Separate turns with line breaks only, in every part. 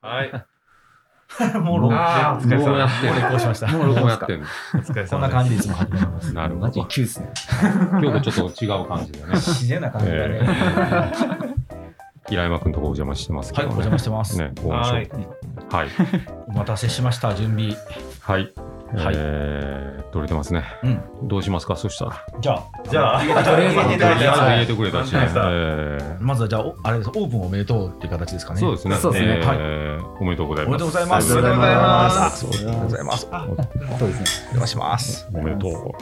はい。
もう
もう
録
あー
画お疲れ
もうや
様
って
も
んの
う録音しました。
もう録音やってんの。
お疲れ様です。
こんな感じでいつも始めます。
なるほ
マジ
ど。
急ですね。
今日もちょっと違う感じでね。
自然な感じだね。
平山くんとこお邪魔してますけ
はい、
ど
お
ね。
邪魔してます。
ね、ご
は
安
い
心。。はい。
お待たせしました、準備。
はい。
はい
えー、取れてますね。
うん。
どうしますかそしたら。
じゃあ、
じゃあ、
とりあえず
聞いていただき
や
ま
つ
す
入れてくれたしね。
は
え
い
ー
まずはじゃあ、おあれです、オープンおめでとうっていう形ですかね。
そうですね。
そうですね
えーおめでとうござい
おめ
ま。
ですとうございます。
おめでとうございます
あそうでございます。あ
そうですね。
お邪魔します。
おめでとう。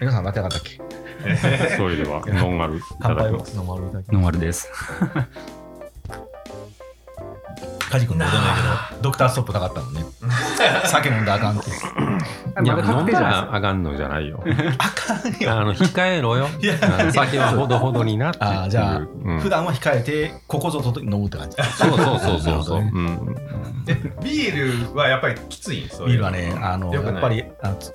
皆さん、なってなかったっけ
それでは、ノンアルいた
乾
だ
杯
き
を
ます。
飲まれただき
ノンアルです。
カジ君のことないけど、ドクターストップなかったのね。酒飲んだらあかんって。
いや、
まだ
飲
確
んだ
定じゃない
らあかんのじゃないよ。
あかんよ。
あの、控えろよ。あの酒はほどほどになってっていう。
あーじゃあ
うん
普段は控えて、ここぞと飲むって感じ。
そうそうそうそうそう。
なる
う
ほ
ん。
ビールはやっぱりきついんですよ
ビールはね、あの、
よく
や
ない
っぱり、あのつ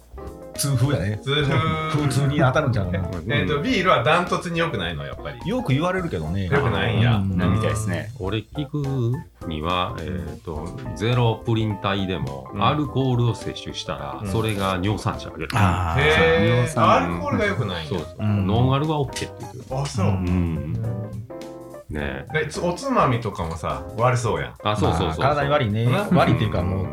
通風や ね。
通風
風通に当たるんちゃうかな。
えっと、ビールはダントツに良くないの、やっぱり。
よく言われるけどね。
よくないんや
う
な
飲
ん
みたいですね。
俺聞くには、えー、とゼロプリン体でも
うん
アルコールを摂取したら、
うん
それが尿酸値上げる、
あー
へ
そう
ーアルコールが良くないん
そう
や。
そう、
うん
ノンアルは OK って言ってる、
あ、そうう。
ん
うん、ねえ
でつおつまみとかもさ、悪そうやん。
あそうそうそうそう、
まあ体に悪いね。悪いっていうか、もう、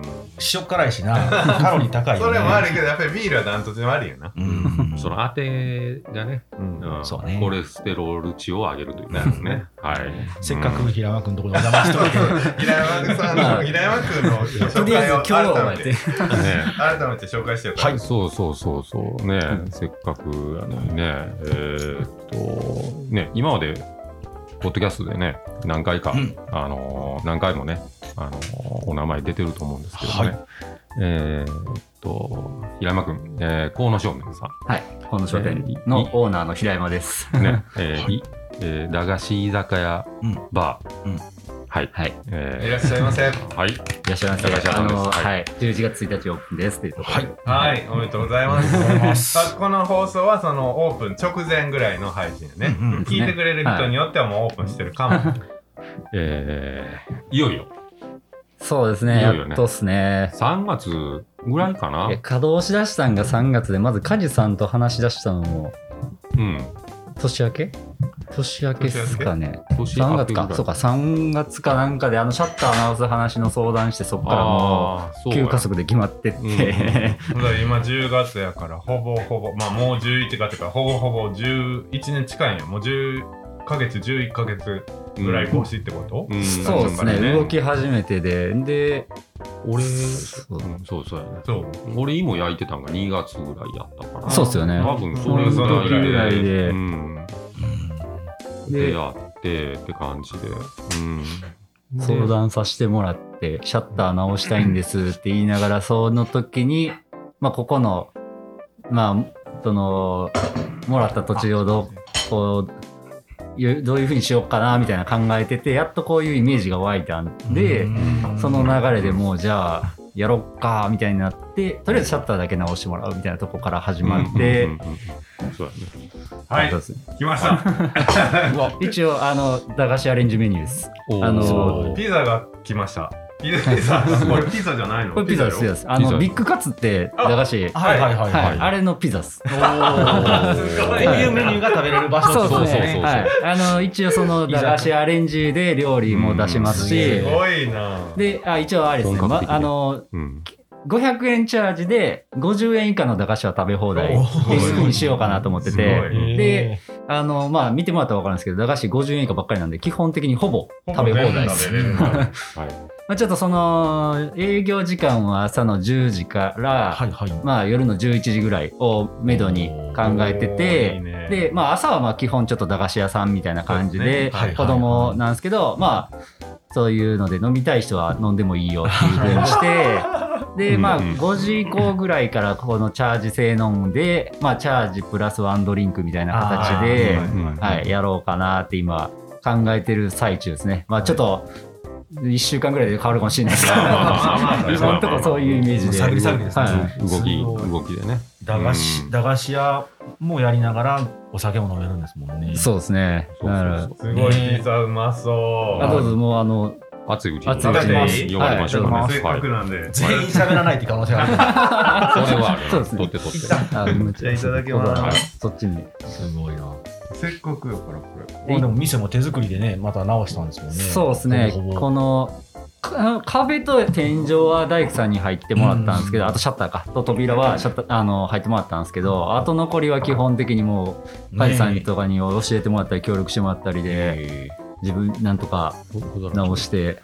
塩辛いしな、カロリー高いよ、
そ
ね。
れも悪いけど、やっぱりビールはダントツに悪いよな。
うん。
その当てがね、
うん
ん
そうね
コレステロール値を上げるというか ね、はい、
せっかく平山君のところにお邪魔しとるけど、
平山さんの、平山君の
と
紹
りあ
介
えず
を
今日は
改め、
やってて。
うんね
改めて紹介してよか
は
っ
い、そうそうそうそうね、せっかくあのねえーっとね今までポッドキャストでね何回か、
うん
あのー何回もね、あのーお名前出てると思うんですけどね、
はい
えーっと平山君、えー、河野正面さ
はい。この商店のオーナーの平山です。
んね、えーいえー駄菓子居酒屋
うん
バー、
うん
はい、
は
た。
い。
い
え
らっしゃいませ。
ーはい、
いらっしゃいま
いらっしゃ
せ。
い
あ
ませ
の、
はい
はい。11月1日オープンですっていうところで。
はい、おめでとうございます。あこの放送はそのオープン直前ぐらいの配信やね、
うんうん
聞いてくれる人によってはもうオープンしてるかも、
えーいよいよ
そうです
い
ね。
よいよね
やっとっすね。
3月ぐらいかな
え、、稼働しだしたんが3月で、まず梶さんと話し出したのも、
うん、
年明け年明けっすかね。
年
3
明け
月
ぐら
か
い。
そうか、3月かなんかで、あの、シャッター直す話の相談して、そっから
あ
も、
ーそううや
急加速で決まってって。
うん
だから今10月やからほぼほぼまあもう11月からほぼほぼ11年近いんやもう10ヶ月11ヶ月ぐらい越しってこと、
うん
そうですね、
ね
動き始めてで、で、
俺、
そう
うんそうそうやね。
そう
俺芋焼いてたんが2月ぐらいやったから。
そうっすよね
多分それぐらい
その時ぐ
で。
らいで
うん。
で
で、やってって感じで。うん。
相談させてもらって、シャッター直したい んですって言いながら、その時に、まあ、ここの、まあ、その、もらった土地をどう、こう、よどういうふうにしようかなみたいな考えてて、やっとこういうイメージが湧いたん で、その流れでもう、じゃあ、やろっか、みたいになって、とりあえずシャッターだけ直してもらうみたいなとこから始まっ
うんうん、
て
うんうんそうやね。
は
あ
い
そうです
来ました
一応、あの、駄菓子アレンジメニューです。
おー
あの
ピザが来ましたピザピザこれピザじゃないの
これピザですピザ
よ
です。あ
ピザ
の、ビッグカツって駄菓子。
はいはいはい
は、
はいい。
あれのピザっす。
こういうメニューが食べれる場所
そう
で
ですすね
ね。
はい、あの一応その駄菓子アレンジで料理も出しますし
す、ごいな
であ一応あれですね、
本格
ま
的、に
あの
うん。
500円チャージで50円以下の駄菓子は食べ放題
おー
っていうふうにしようかなと思って
すご
て。
い
で、あの、まあ、見てもらったら分かるんですけど、駄菓子50円以下ばっかりなんで、基本的にほぼ食べ放題です。
ほぼ全部食べれる
はい。
まあ、ちょっとその、営業時間は朝の10時から、
はいはい。
まあ、夜の11時ぐらいをめどに考えて
おーい
て
い、ね
で、まあ、朝はまあ基本ちょっと駄菓子屋さんみたいな感じ
そう
で
ですねはいはいはい
子供なんですけど、まあそういうので飲みたい人は飲んでもいいよっていうふうにしてでまあ
うんうん
5時以降ぐらいからこのチャージ制飲んで、まあ、チャージプラスワンドリンクみたいな形で
あー、
うん
はい、やろうかなって今考えてる最中ですね。まあ、ちょっと1週間ぐらいで変わるかもしれないですけど 今のところそういうイメージで。
探り探りですね
はい
動き、
す
動きでね。
駄菓
う
子、
ん
駄菓子屋もやりながらお酒も飲めるんですもんね。
そうですね。
そうそうそう
すごいピザうまそう
あどうぞもうあの
熱いうちに
熱いう
ちに
呼ばれましょうかね。
まあ
はい。
せっ
こ
か
れ
くなんで。
全員喋らないって可能性があ
は
そう
ね
です
取
ね
って取って。
あめっち
じゃあいただきます
す。そっちに。
る。すごいな。
せっかくやから、これ。
でも店も手作りでね、また直したんですよね。
そうですね
ほぼ。ほぼ
このか壁と天井は大工さんに入ってもらったんですけど、
うん
あとシャッターかと扉はシャッターあの入ってもらったんですけど、あと残りは基本的にもうカジさんとかに教えてもらったり協力してもらったりで、
え
自分なんとか直して、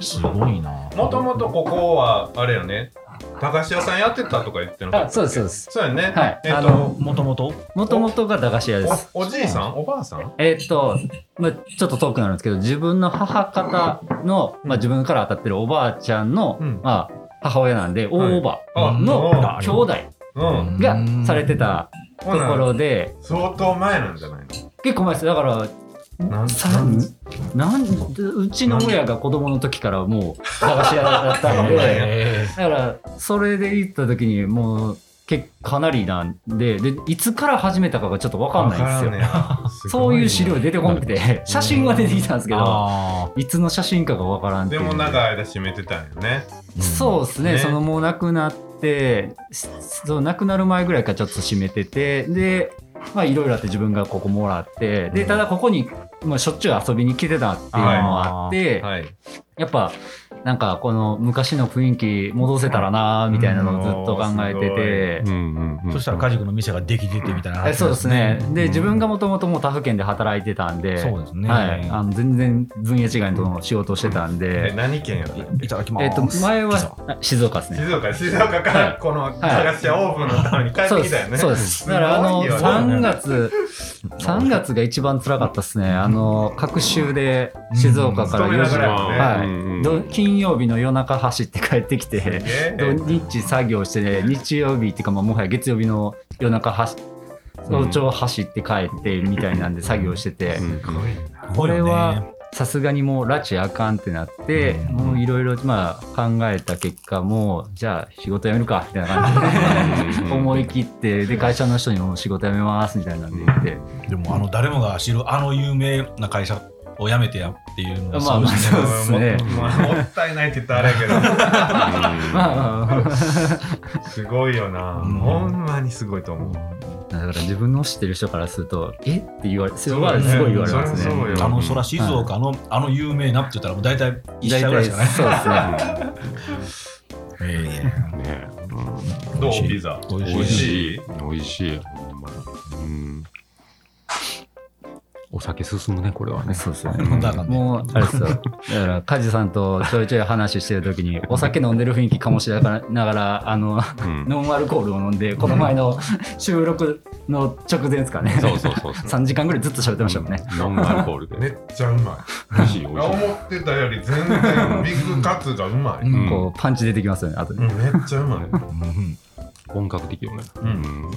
すごいな。
もともとここは、あれよね。駄菓子屋さんやってたとか言ってなかった。
そうですそうです。
そうやね。
はい
えっ
あ
と
の、
もともと
もともとが駄菓子屋です。
おおじいさんおばあさん
えーっと、まあ、ちょっと遠くなるんですけど自分の母方の、まあ、自分から当たってるおばあちゃんの、
うん
まあ、母親なんで大おば
あ
の
うん
兄弟
うん。
がされてた
と
ところで
相当前なんじゃない
結構前ですだから
のなん
さ
なん
なんうちの親が子供の時からもう駄菓子屋だったん
そうなんや
でだからそれで行った時にもう結構かなりなんででいつから始めたかがちょっと分かんないんですよ。
わからんねん
そういう資料出てこなくて写真は出てきたんですけど。
あ
いつの写真かがわからんって
で
いう
も長い間閉めてたんよね。
ー
そうですね
ね
そのもう亡くなってしそう亡くなる前ぐらいからちょっと閉めててでまあいろいろあって自分がここもらってでただここに、まあ、しょっちゅう遊びに来てたっていうのもあって
はい。
やっぱなんかこの昔の雰囲気戻せたらなーみたいなのをずっと考えてて。
うんうんうん。
そしたら家事の店ができててみたいな
え
話
そうですね。
うん
で、自分がもともともう他府県で働いてたんで、
そうですね。
はい、あの全然分野違いの仕事をしてたんで、
え、何県やった
いただきます。
えっと、前
ピザ
はあ静岡ですね。
静岡、静岡からこの駄菓子屋オープンのために帰っ
そう
て
で
きたよね。。
す。そうですす。だから、あの、
すごいよね
3月、3月が一番辛かったですね。あの、各週で静岡から
うん
4時
勤めながら
間、は
うんうん
いど。金曜日の夜中走って帰ってきて、
え
土日作業して、日曜日っていうか、まあ、もはや月曜日の夜中走早朝走って帰ってみたいなんで作業してて、
うん
すごいな。
これはさすがにもう拉致あかんってなって、
うん
もういろいろまあ考えた結果もうじゃあ仕事辞めるかみたいな 感じで思い切 ってで会社の人にも仕事辞めますみたいなんで言って、
でもあの誰もが知るあの有名な会社を辞めてやっていうのは
まあまあ
すごいですね
そうですね
もももったいないって言ったらあれや
まあまあまあ
けど、すごいよな。
うん
ほんまにすごいと思う。
だから自分の知ってる人からすると「えっ?」て言われすごいすごい言われます
それはそう
ね
よ。
あのそら静岡の、あの有名なって言ったらもう大体一社ぐらいしかない。
そうですね
え
ねえ
え
どうピザ。
美味しい
美味
い。
しい。美味しい。ほんまうん。お酒進むね、これはね。
そうですね
飲んだらあかんね
もう、あれですよ。だから、カジさんとちょいちょい話してるときに、お酒飲んでる雰囲気かもしれながら、あの、
うん
ノンアルコールを飲んで、この前の収録の直前ですかね。
そうそうそうそう。
3時間ぐらいずっと喋ってましたもんね。
ノンアルコールで。
めっちゃうま
美味しい、
い。
美味しい。
思ってたより全然ビッグカツがうまい。
うん
うん
ん
こう、パンチ出てきますよね、後
め
で。
っちゃうまい。
うん
本格的よね。
うん
ん。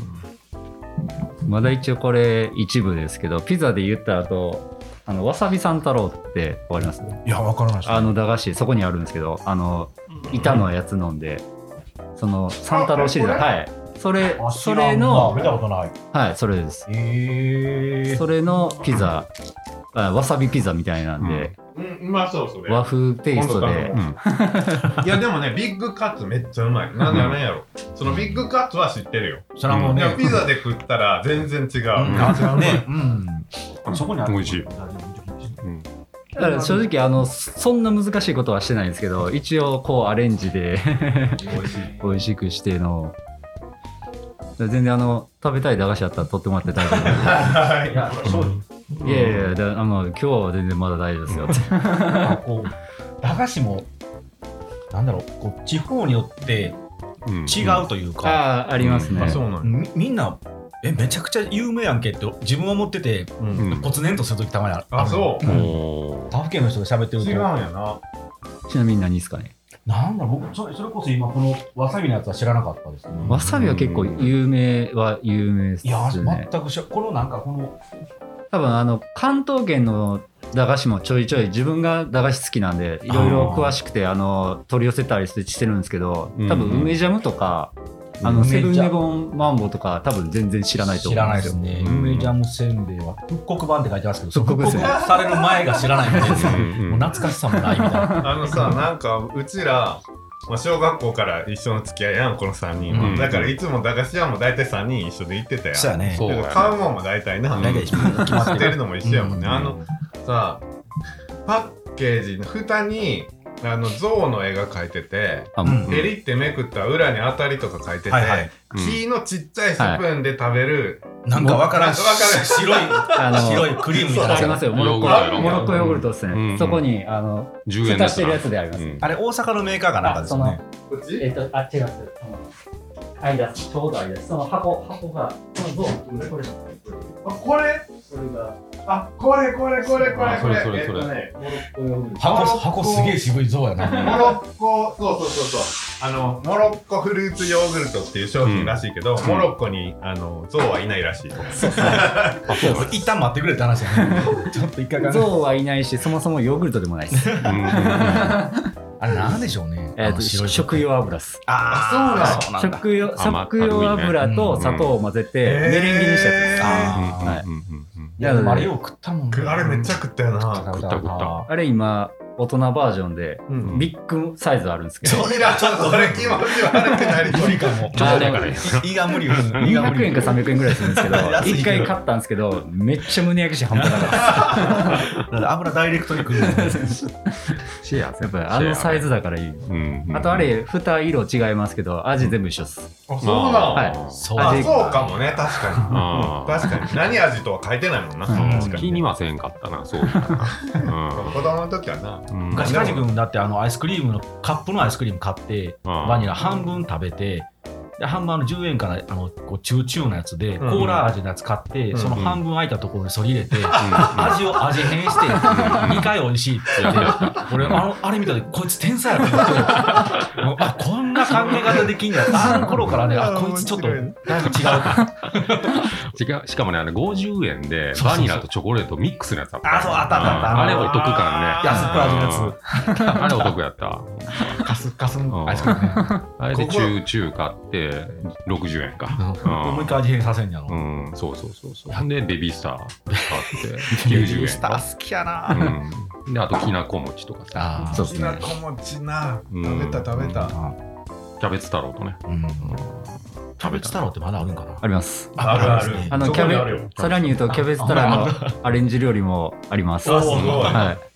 まだ一応これ一部ですけど、ピザで言ったらと、あの、わさび三太郎ってわかります
いやわからないです。
あの駄菓子、そこにあるんですけど、あの、板のやつ飲んで、その、三太郎シリーズ、
あこれ
はい。それ、
あ
それの
見、たことない。
はい、それです。
ええ。
それのピザ、あわさびピザみたいなんで、
うん、うまそう、それ。
和風テイストで
う、いや、でもね、ビッグカツめっちゃうまい。なんでなんやろ。そのビッグカツは知ってるよ。
それはもう
い
ね。
やピザで食ったら全然違う。
うん
めっちゃうまい
ね。うん。そこにある
美味しい。うん。
だから正直あのそんな難しいことはしてないんですけど一応こうアレンジで
美味しい。
美味しくしての全然あの食べたい駄菓子だったら取ってもらって大丈
い
は
や、そう。
夫いやいやいやだあの今日は全然まだ大丈夫ですよって
なんかこう駄菓子もなんだろうこう地方によって
うん
違うというか、
ああありますね、
い。あ、そうなんや
みみんなえめちゃくちゃ有名やんけって自分は思ってて
う。
うんん。
ポツネンとする時たまにある
あ、そうう。
ん
おー
他府県の人が喋ってると
違うんやな。
ちなみに何ですかね
なんだろう僕それそれこそ今このわさびのやつは知らなかったですね
わさびは結構有名は有名です
いや
ね
全くしこのなんかこの
多分あの関東圏の駄菓子もちょいちょい自分が駄菓子好きなんでいろいろ詳しくてあの取り寄せたりしてしてるんですけど多分
うん
梅ジャムとか、あの、
めちゃ
セブンイレブンマンボウとか多分全然知らないと
知
思
ら
うん
ないで
で
すす
よ。
ね。
うん
梅ジャムせんべいは復刻版って書いてますけど、
復刻ですね
される前が知らないので、
うん
もう懐かしさもないみたいな。
あのさ、なんかうちら、まあ、小学校から一緒の付き合いやん、この3人は。
うん
だからいつも駄菓子屋も大体3人一緒で行ってたやん。
そうやね
そうや
だ
ね
から買うもんも大体な、
うん
大体一緒に決ま
知
っ
ってて
る
る。のも一緒やもんね。
うん
あのさ、パッケージの蓋に、あの象の絵が描いてて、
あもう
うん
ペリってめくったら裏に当たりとか書いてて、
はいはい
木のちっちゃいスプーンで食べる、
なんかわからん。
わからん
白い、
あの
白いクリームみたいな
あり
や
ま
つ。
すよ、モロッコ
ヨーグルト
モロッコヨーグルトです
うんう
ね
ん。
そこに、あの、
10円
蓋してるやつ
で
であります。
あれ、大阪のメーカーかなんかですよね。
こっち
えっと、あ、違います。アイダス、ちょうどアイダス。その箱、箱が、この像、これ、
あこれ
それが、
あこれこれこれこれ
あ
こ
そ
れ
れそれそれ
えっとね
モロッコヨーグルト。
箱、箱すげえ渋い像やな。
モロッコそうそうそうそうあのモロッコフルーツヨーグルトっていう商品らしいけど、モロッコにあの象はいないらしい
一旦待ってくれって話やね。 ちょっと一回考えて
像はいないし、そもそもヨーグルトでもな いです。
あれ、なんでしょうね。
え
あ
っ
の
と、
白い
食。用油です。
ああ、そうなんだ。
食用、
あまあ
食用油と砂糖を混ぜて、メレンゲにしたやつです。
あ
はい
いや、でもあれよう食ったもんね。
あれめっちゃ食ったよな、
食った食った
あれ今、大人バージョンで、
うん
ビッグサイズあるんですけど、
そりゃちょっとそれ気持ち悪くなりそう
無理かも。
ちょっとだ
から
胃が無理。胃が無
200
理
円か。300円ぐらいするんですけど
安い、けど
一回買ったんですけど、めっちゃ胸焼けして半端なかった
だから油ダイレクトに食うの ね。
シェア
です。やっぱりあのサイズだからいい。あとあれ、蓋色違いますけど、味全部一緒です。
あそうなの、
はい
そう
あ
味
そうかもね確
あ
かに確かに何味とは書いてないもんな、
うん
確か
気
に
にはせんかったなそういう
子供の時はな
昔カジ君だってあのアイスクリームのカップのアイスクリーム買って
ああ
バニラ半分食べてで半分あの10円からあのこうチューチューのやつで、
うん
コーラ味のやつ買って、
うん
その半分空いたところにそり入れて、味を味変して2回美味しいって言って
や
俺あのあれ見た時こいつ天才やと思ってもうあこんな考え方できんだあの頃からねあこいつちょっとだいぶ違う
違うしかもねあれ50円でバニラとチョコレートミックスのやつあったあれお得感ね
安っぽい味のや
あれお得やった
つカスカスのアイスクリームね、
あれで中中買って60円か
もう一回味変させんやろ、
うんそうそうそうそうほんでベビースター買って90円
スター好きやな、
うん、であときなこ餅とかさ
ああ
そう
きなこ餅な
うん
食べた食べた、
キャベツ太郎とね
うん、キャベツ太郎ってまだあるんかな
あります。
あるある
あの、
そ
キ
こにあ
ャ
るよ
ベ、さらに言うと、キャベツ太郎のアレンジ料理もあります。
あすごい
はい。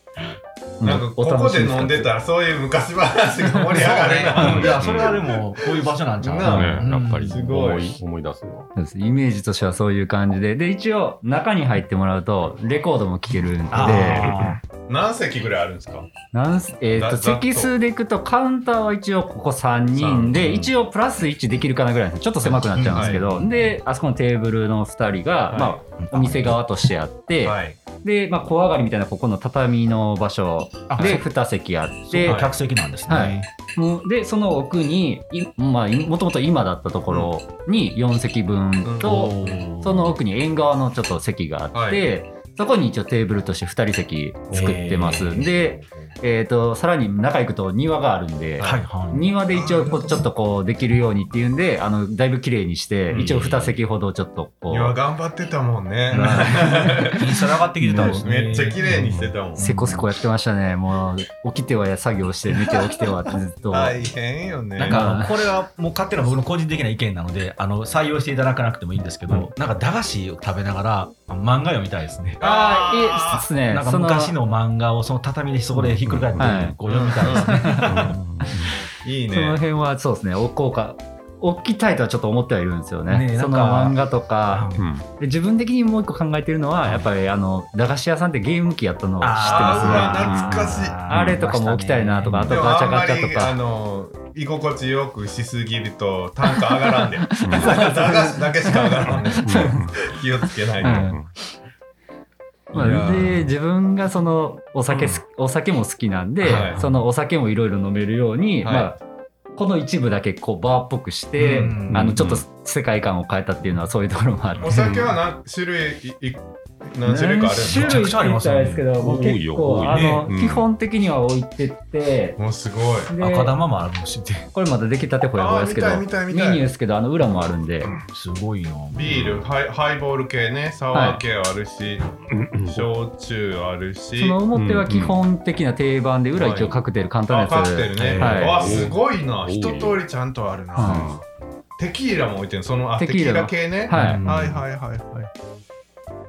なんかここで飲んでたらそういう昔話が盛り上がるな、
いや、それはでも、こういう場所なんちゃう
な
ねやっぱり
すごい
思い思い出すよ
そうですイメージとしてはそういう感じで。で、一応、中に入ってもらうと、レコードも聴けるんで、
あ
何席ぐらいあるんですか
なんすえー、
ざ
と
ざっと
席数でいくと、カウンターは一応ここ3人で、
うん
一応プラス1できるかなぐらいなんですちょっと狭くなっちゃうんですけど、
はい
で、あそこのテーブルの2人が、
はい
まあ、お店側としてあって、
はい
で、まあ、小上がりみたいなここの畳の場所
あ
で2席あって、
で、
はい
客席なんです
は
ね
い。もうでその奥にいまあ、いもともと今だったところに4席分と、その奥に縁側のちょっと席があって、そこに一応テーブルとして2人席作ってます、
えー
で、えー、とさらに中行くと庭があるんで、
はいはい。
庭で一応こうちょっとこうできるようにっていうんであのだいぶ綺麗にして、
うん
一応2席ほどちょっとこ
いや
う。
頑張ってたもんね
インスタで上がってきてたんですね。
めっちゃ綺麗にしてたもん
せこせこやってましたね。もう、起きてはや作業して、寝て起きてはってずっと。
大変よね
なんか、これはもう勝手な僕の個人的な意見なので、あの、採用していただかなくてもいいんですけど、なんか駄菓子を食べながら、漫画読みたいですね。
ああ、いいですね。
なんか
そ
昔の漫画をその畳でそこでひっくり返って、こう読みたいですね。
いい
その
ね
辺はそうですね、おこうか、置きたいとはちょっと思ってはいるんですよね。
ねえ
その
なんか
漫画とか、
うん
で自分的にもう一個考えてるのは、やっぱりあの駄菓子屋さんってゲーム機やったのを知ってますね。
あーうわ懐かしい
あれとかも置きたいなとかあと
でも
ガチャ
あん
ガ
ま
チャとか
りあの居心地よくしすぎると単価上がらんで駄菓子だけしか上がらんで気をつけないと、
うんま
いや
あ、
ー
で自分がそのお酒す、お酒も好きなんで、
はい
そのお酒もいろいろ飲めるように、
はい
まあ、この一部だけこうバーっぽくして、
うん
あのちょっと
うん
世界観を変えたっていうのはそういうところもあって
お酒は何種類いい何種類かあるんです
め
か
ちゃくちゃありますよね
何種類って言ったらあれですけど、もう
多い
結
よ
構、
多
あ
いね
の、
うん
基本的には置いてって、
もうすごい。
で
赤玉もあるしで
これまた出来たてほやほやですけど
あー見たい見たい見たい
メニューですけどあの裏もあるんです
ごいな
ビール、ハイハイボール系ね、サワー系あるし、焼酎あるし
そ、の表は基本的な定番で裏一応カクテル簡単な
あ
やつ
カクテルね。
はい
わ、すごいな。
多い
一通りちゃんとある
は
な。
い
テキーラも置いてる、そのあテ
テ
キ
キ
ー
ーラ
ラ系ね。
はい
うん
はいはいはいはい。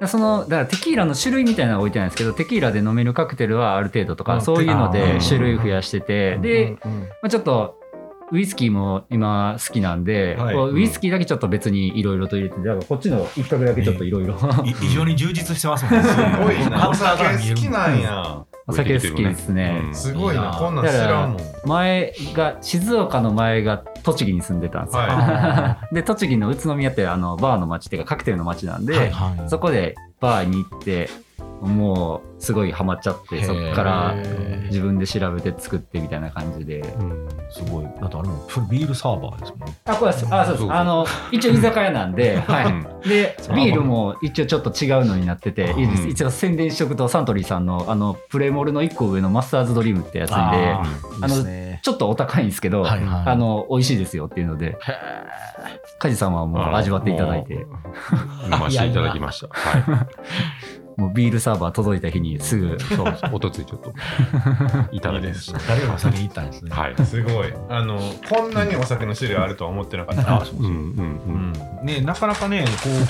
そのだからテキーラの種類みたいなのは置いてないんですけどテキーラで飲めるカクテルはある程度と
うん
かそういうの
あ
で
ー
種類増やしててで、
うんうん
まあ、ちょっとウイスキーも今好きなんで、
はい
こうウイスキーだけちょっと別にいろいろと入れてだからこっちの一角だけちょっといろいろ
い非常に充実してますもんねす
すごいな。お
か
酒
ら見
好
える
きなんや。
お酒好きですね
うん
すごい
いい
な。
な
こんなん知らんもん。
前が静岡の前が栃木に住んでたんですよ、
は
で栃木の宇都宮ってあのバーの街っていうかカクテルの街なんで、
はいはい
そこでバーに行ってもうすごいハマっちゃってそっから
へ
自分で調べて作ってみたいな感じ
ー
で
すごいだってあれもプビールサーバーですもんね
あこれはあそ
そ
うで
う
すあの一応居酒屋なんで、は
う
い、で
そう
ビールも一応ちょっと違うのになってて
うん
一応宣伝しとくとサントリーさんのあのプレモルの1個上のマスターズドリームってやつで
ーいいですね
ちょっとお高いんですけど、
はいはい
あの美味しいですよっていうので梶さんはもう味わっていただいて
もう飲ませていただきました。は
もうビールサーバー届いた日にすぐ
い。そうそう。おとついちょっといただきました。
誰よりも先に行ったんですね
はい。
すごい。あの、こんなにお酒の種類あるとは思ってなかった。
あそう
うん
そううんねなかなかね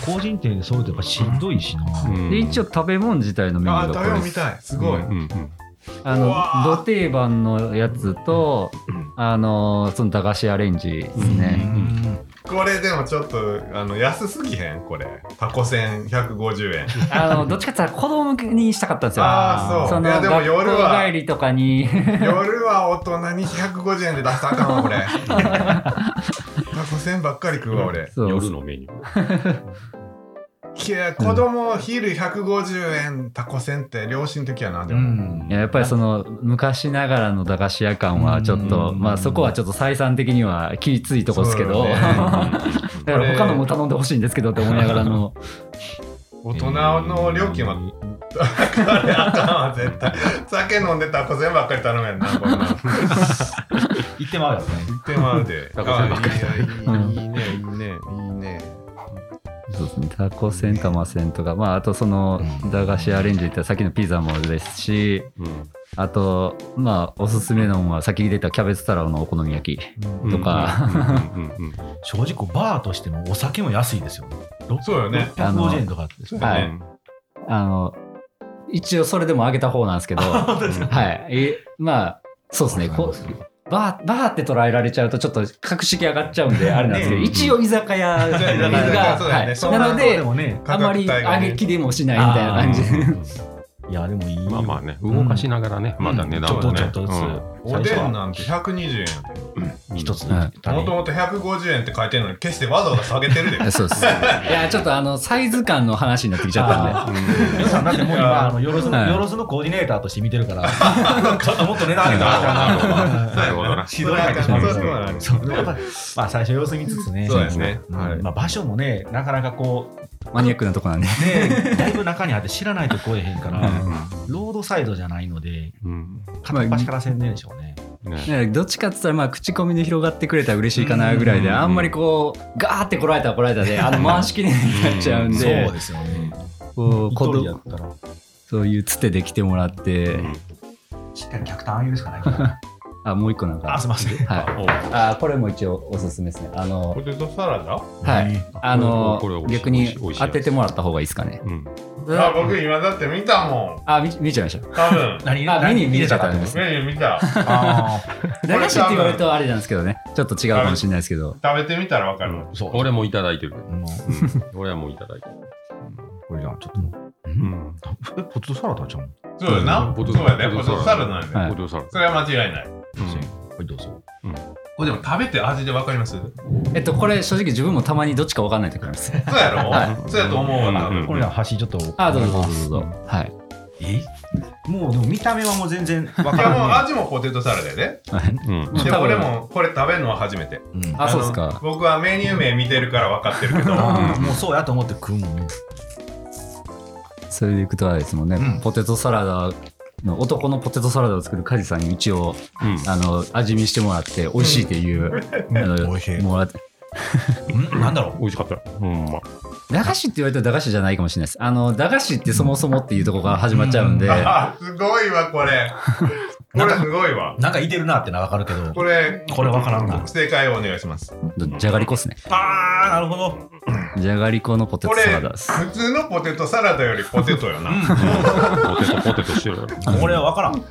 こう個人店でそういうとやっぱしんどいしな
うんうん。
で一応
応
食べ物自体のメニュ
あ
ー
ー、
が
食
こ
べ
れ
よ
で
み
す
たい。すごい。
あ
うわー
のど定番のやつとあのその駄菓子アレンジですね、
これでもちょっと、あの、安すぎへんこれ。タコせん150円。
あのどっちかって言ったら子供向けにしたかったんですよ
あーそう。い
の
や、でも夜
学校帰
は、
りとかに
夜は大人に150円で出したらあかんわ、こ れ。タコせんばっかり食うわ、俺。
そう
夜のメニュー。
いや、子供、昼150円、タコせんって良心的やな、でも。
いややっぱりその昔ながらの駄菓子屋感はちょっと
うん
まあそこはちょっと採算的にはきついとこですけど、
そうよね
だから他のも頼んでほしいんですけどって思いながらの
大人の料金は、あれあかんわ、絶対。酒飲んでタコせんばっかり頼めんな、こんなん。
行ってまうよね
行ってまうで。
タコせんばっか
あいいいいね、いいね、いいね。
そうですねタコせん玉せんとかまああとその駄菓子アレンジってさっきのピザもですし
うん
あとまあおすすめのものは先に出たキャベツ太郎のお好み焼き
うん
とか、
うんうんうんうん
正直こうバーとしてもお酒も安いですよね
そうよね。
650円とかって
そう
は
よ
い
ね。
あの一応それでもあげた方なん ですけどはいえまあそうですねこバーバーって捉えられちゃうとちょっと格式上がっちゃうんであれなんですけど、
ね
一応居酒屋が、
居酒屋そうだよねそん
な
な
ので
もね
あんまり上げきれもしないみたいな 感じで
いやでもいい
まあまあね、動かしながらね、まだ値
ち
段
ょっと
も
ちょ
ね
っ。とずつ
おでんなんて120円やで。
一つ
もともと150円って書いてるのに、決してわざわざ下げてるで。
そうです。いや、ちょっとあの、サイズ感の話になってきちゃったんで。
皆さんだってもう今あのよろずの
はい
よろずのコーディネーターとして見てるから ちょっともっと値段上げたらあかんなとか
なるほどな。
指導になってしまう
そうなんです
そうやっぱまあ最初様子見つつね
そうですね。
うん
はい。
まあ、場所もねなかなかこう
マニアックなとこなんで。
ねだいぶ中にあって知らないと来えへんからロードサイドじゃないので
うん
片っ端から宣伝でしょうね、
ね
ねどっちかって言ったら、まあ、口コミで広がってくれたら嬉しいかなぐらいで、
うん
あんまりこう、ガーってこられたらこられたで、あの、回しきれなくなっちゃうんで
そう、ですよね
こう、
一
子
人や
供
ったら
そういうつてで来てもらって、
しっかり客単位ですかね
あ、もう一個なん
あ
か
すい、ません
はい。あ、これも一応おすすめですね。あの
ポ、テトサラダ
はい。あの
これこれ美、味しい
逆
美味し
に
い美味しい
当ててもらった方がいいですかね。
うん
あ、僕今だって見たもん。
あ、見見ちゃいました。
多 分。
何
あ
何
目に見えちゃったん
見
で
れ
す
メニュー見た。食
あー
駄菓子って言われるとあれなんですけどね。ちょっと違うかもしれないですけど。
べてみたらわかる。
そう
俺もいただいてる。
もう
俺はもういただいてる。
これじゃちょっともう
うん
えポテトサラダちゃうん
そうよな。
ポ
そう
テトサラ
や
ダ
ね。ポテトサラダなん
は
で。
い
お嬢さん。
それは間違いない。
はいどうぞ
これでも食べて味でわかりますそう
えっと、これ正直自分もたまにどっちか分かんない時あります。
や ろそうやと思うわな。
うん
これじゃ端ちょっと
あ、どうぞどうぞどうぞ。はい。
えもうでも見た目はもう全然わか
い
ら
やもう
ない
味もポテトサラダやで。
うん
で、
多分
俺もこれ食べるのは初めて。
うん
あ、そうで
の
すか。
僕はメニュー名見てるから分かってるけど。
もうそうやと思って食うもんね
それでいくとあれですもんね、
うん
ポテトサラダの男のポテトサラダを作る梶さんに一応あの味見してもらって美味しいっていう、あの
美味しい
もらって
んなんだろ
美味しかった。うん、ま。
駄菓子って言われたら駄菓子じゃないかもしれないですあの駄菓子ってそもそもっていうところから始まっちゃうん で、
あすごいわこ れこれすごいわ
うなんかいてるなってのはわかるけど
これ
これわからんな
正解をお願いします
じゃがりこっすね
あーなるほど
じゃがりこのポテ
こ
ト
れ
サラダです
普通のポテトサラダよりポテトよな
ポテトポテトしてる。
これはわからん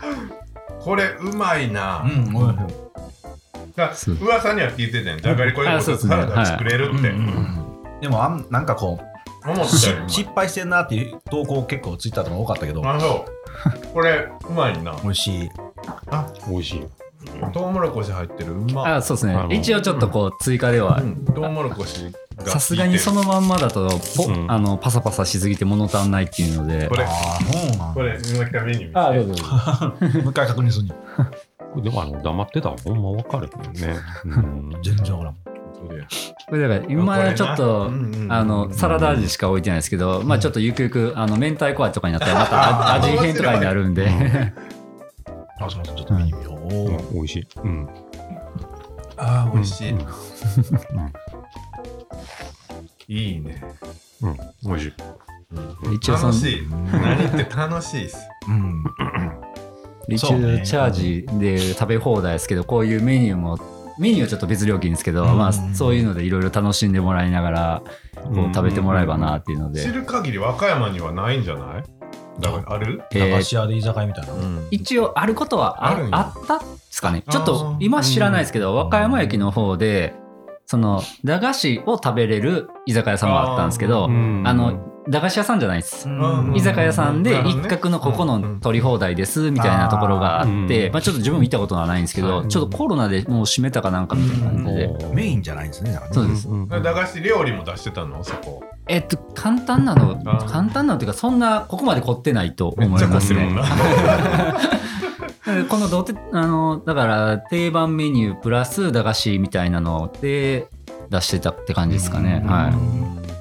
これうまいな、
うんおいしい
だ
そう
噂には聞いてたよじゃがりこでポテトサラダ作れる
うん
っ
うんう
て
んでもあんなんかこ
思
う
った
し
よ今
失敗してんなっていう投稿結構ツイッターとか多かったけど
あそうこれうまいな
美味しい
美味しい。
トウモロコシ入ってるうま
あそうです
あ
ね
の
一応ちょっとこう追加では
うんトウモロコシが効いてる
さすがにそのまんまだとポ、
うん
あのパサパサしすぎて物足んないっていうので
これ
ああそうなん
これ今回メニュー見せて
あ、どうぞ。
もう一回確認するに
でもあの黙ってたらほんま分かれへんね。
全然わからん
これ
これだから今はちょっと、
うんうんうん
あのサラダ味しか置いてないですけど、まあちょっとゆくゆくあの明太子味とかになったらまた
あー
味変とかになるんで、
あすいませんちょっと見てみよう
美味しい。うん。
あー美味しい、
うん
いいね、
うん。美味しい。
一応その
楽しい何って楽しいっす
うん
一応
そうね
チャージで食べ放題ですけどこういうメニューもメニューはちょっと別料金ですけど、
うん
まあそういうのでいろいろ楽しんでもらいながらこう食べてもらえばなっていうので、
知る限り和歌山にはないんじゃないだからある、
えー
駄菓子屋で居酒屋みたいな
うん
一応あることは
ある
あ
んや
あったんですかね
あー
ちょっと今知らないですけど
うん
和歌山駅の方でその駄菓子を食べれる居酒屋さんもあったんですけど
あー
あ,、
ん
の駄菓子屋さんじゃないです、
うん
居酒屋さんで
うん
一角のここの取り放題ですみたいなところがあって、
うん
まあ、ちょっと自分も行ったことはないんですけど、
うん
ちょっとコロナでもう閉めたかなんかみたいな感じで、
うん
メインじゃないんですねだからね
そうです
駄菓子料理も出してたのそこ
えっと簡単なの
あー
簡単なのっていうかそんなここまで凝ってないと
めっ
思
ち
い
ゃ凝
ま
って
す
るも
ね
んな
でこのどてあのだから定番メニュープラス駄菓子みたいなので出してたって感じですかね、
うん
は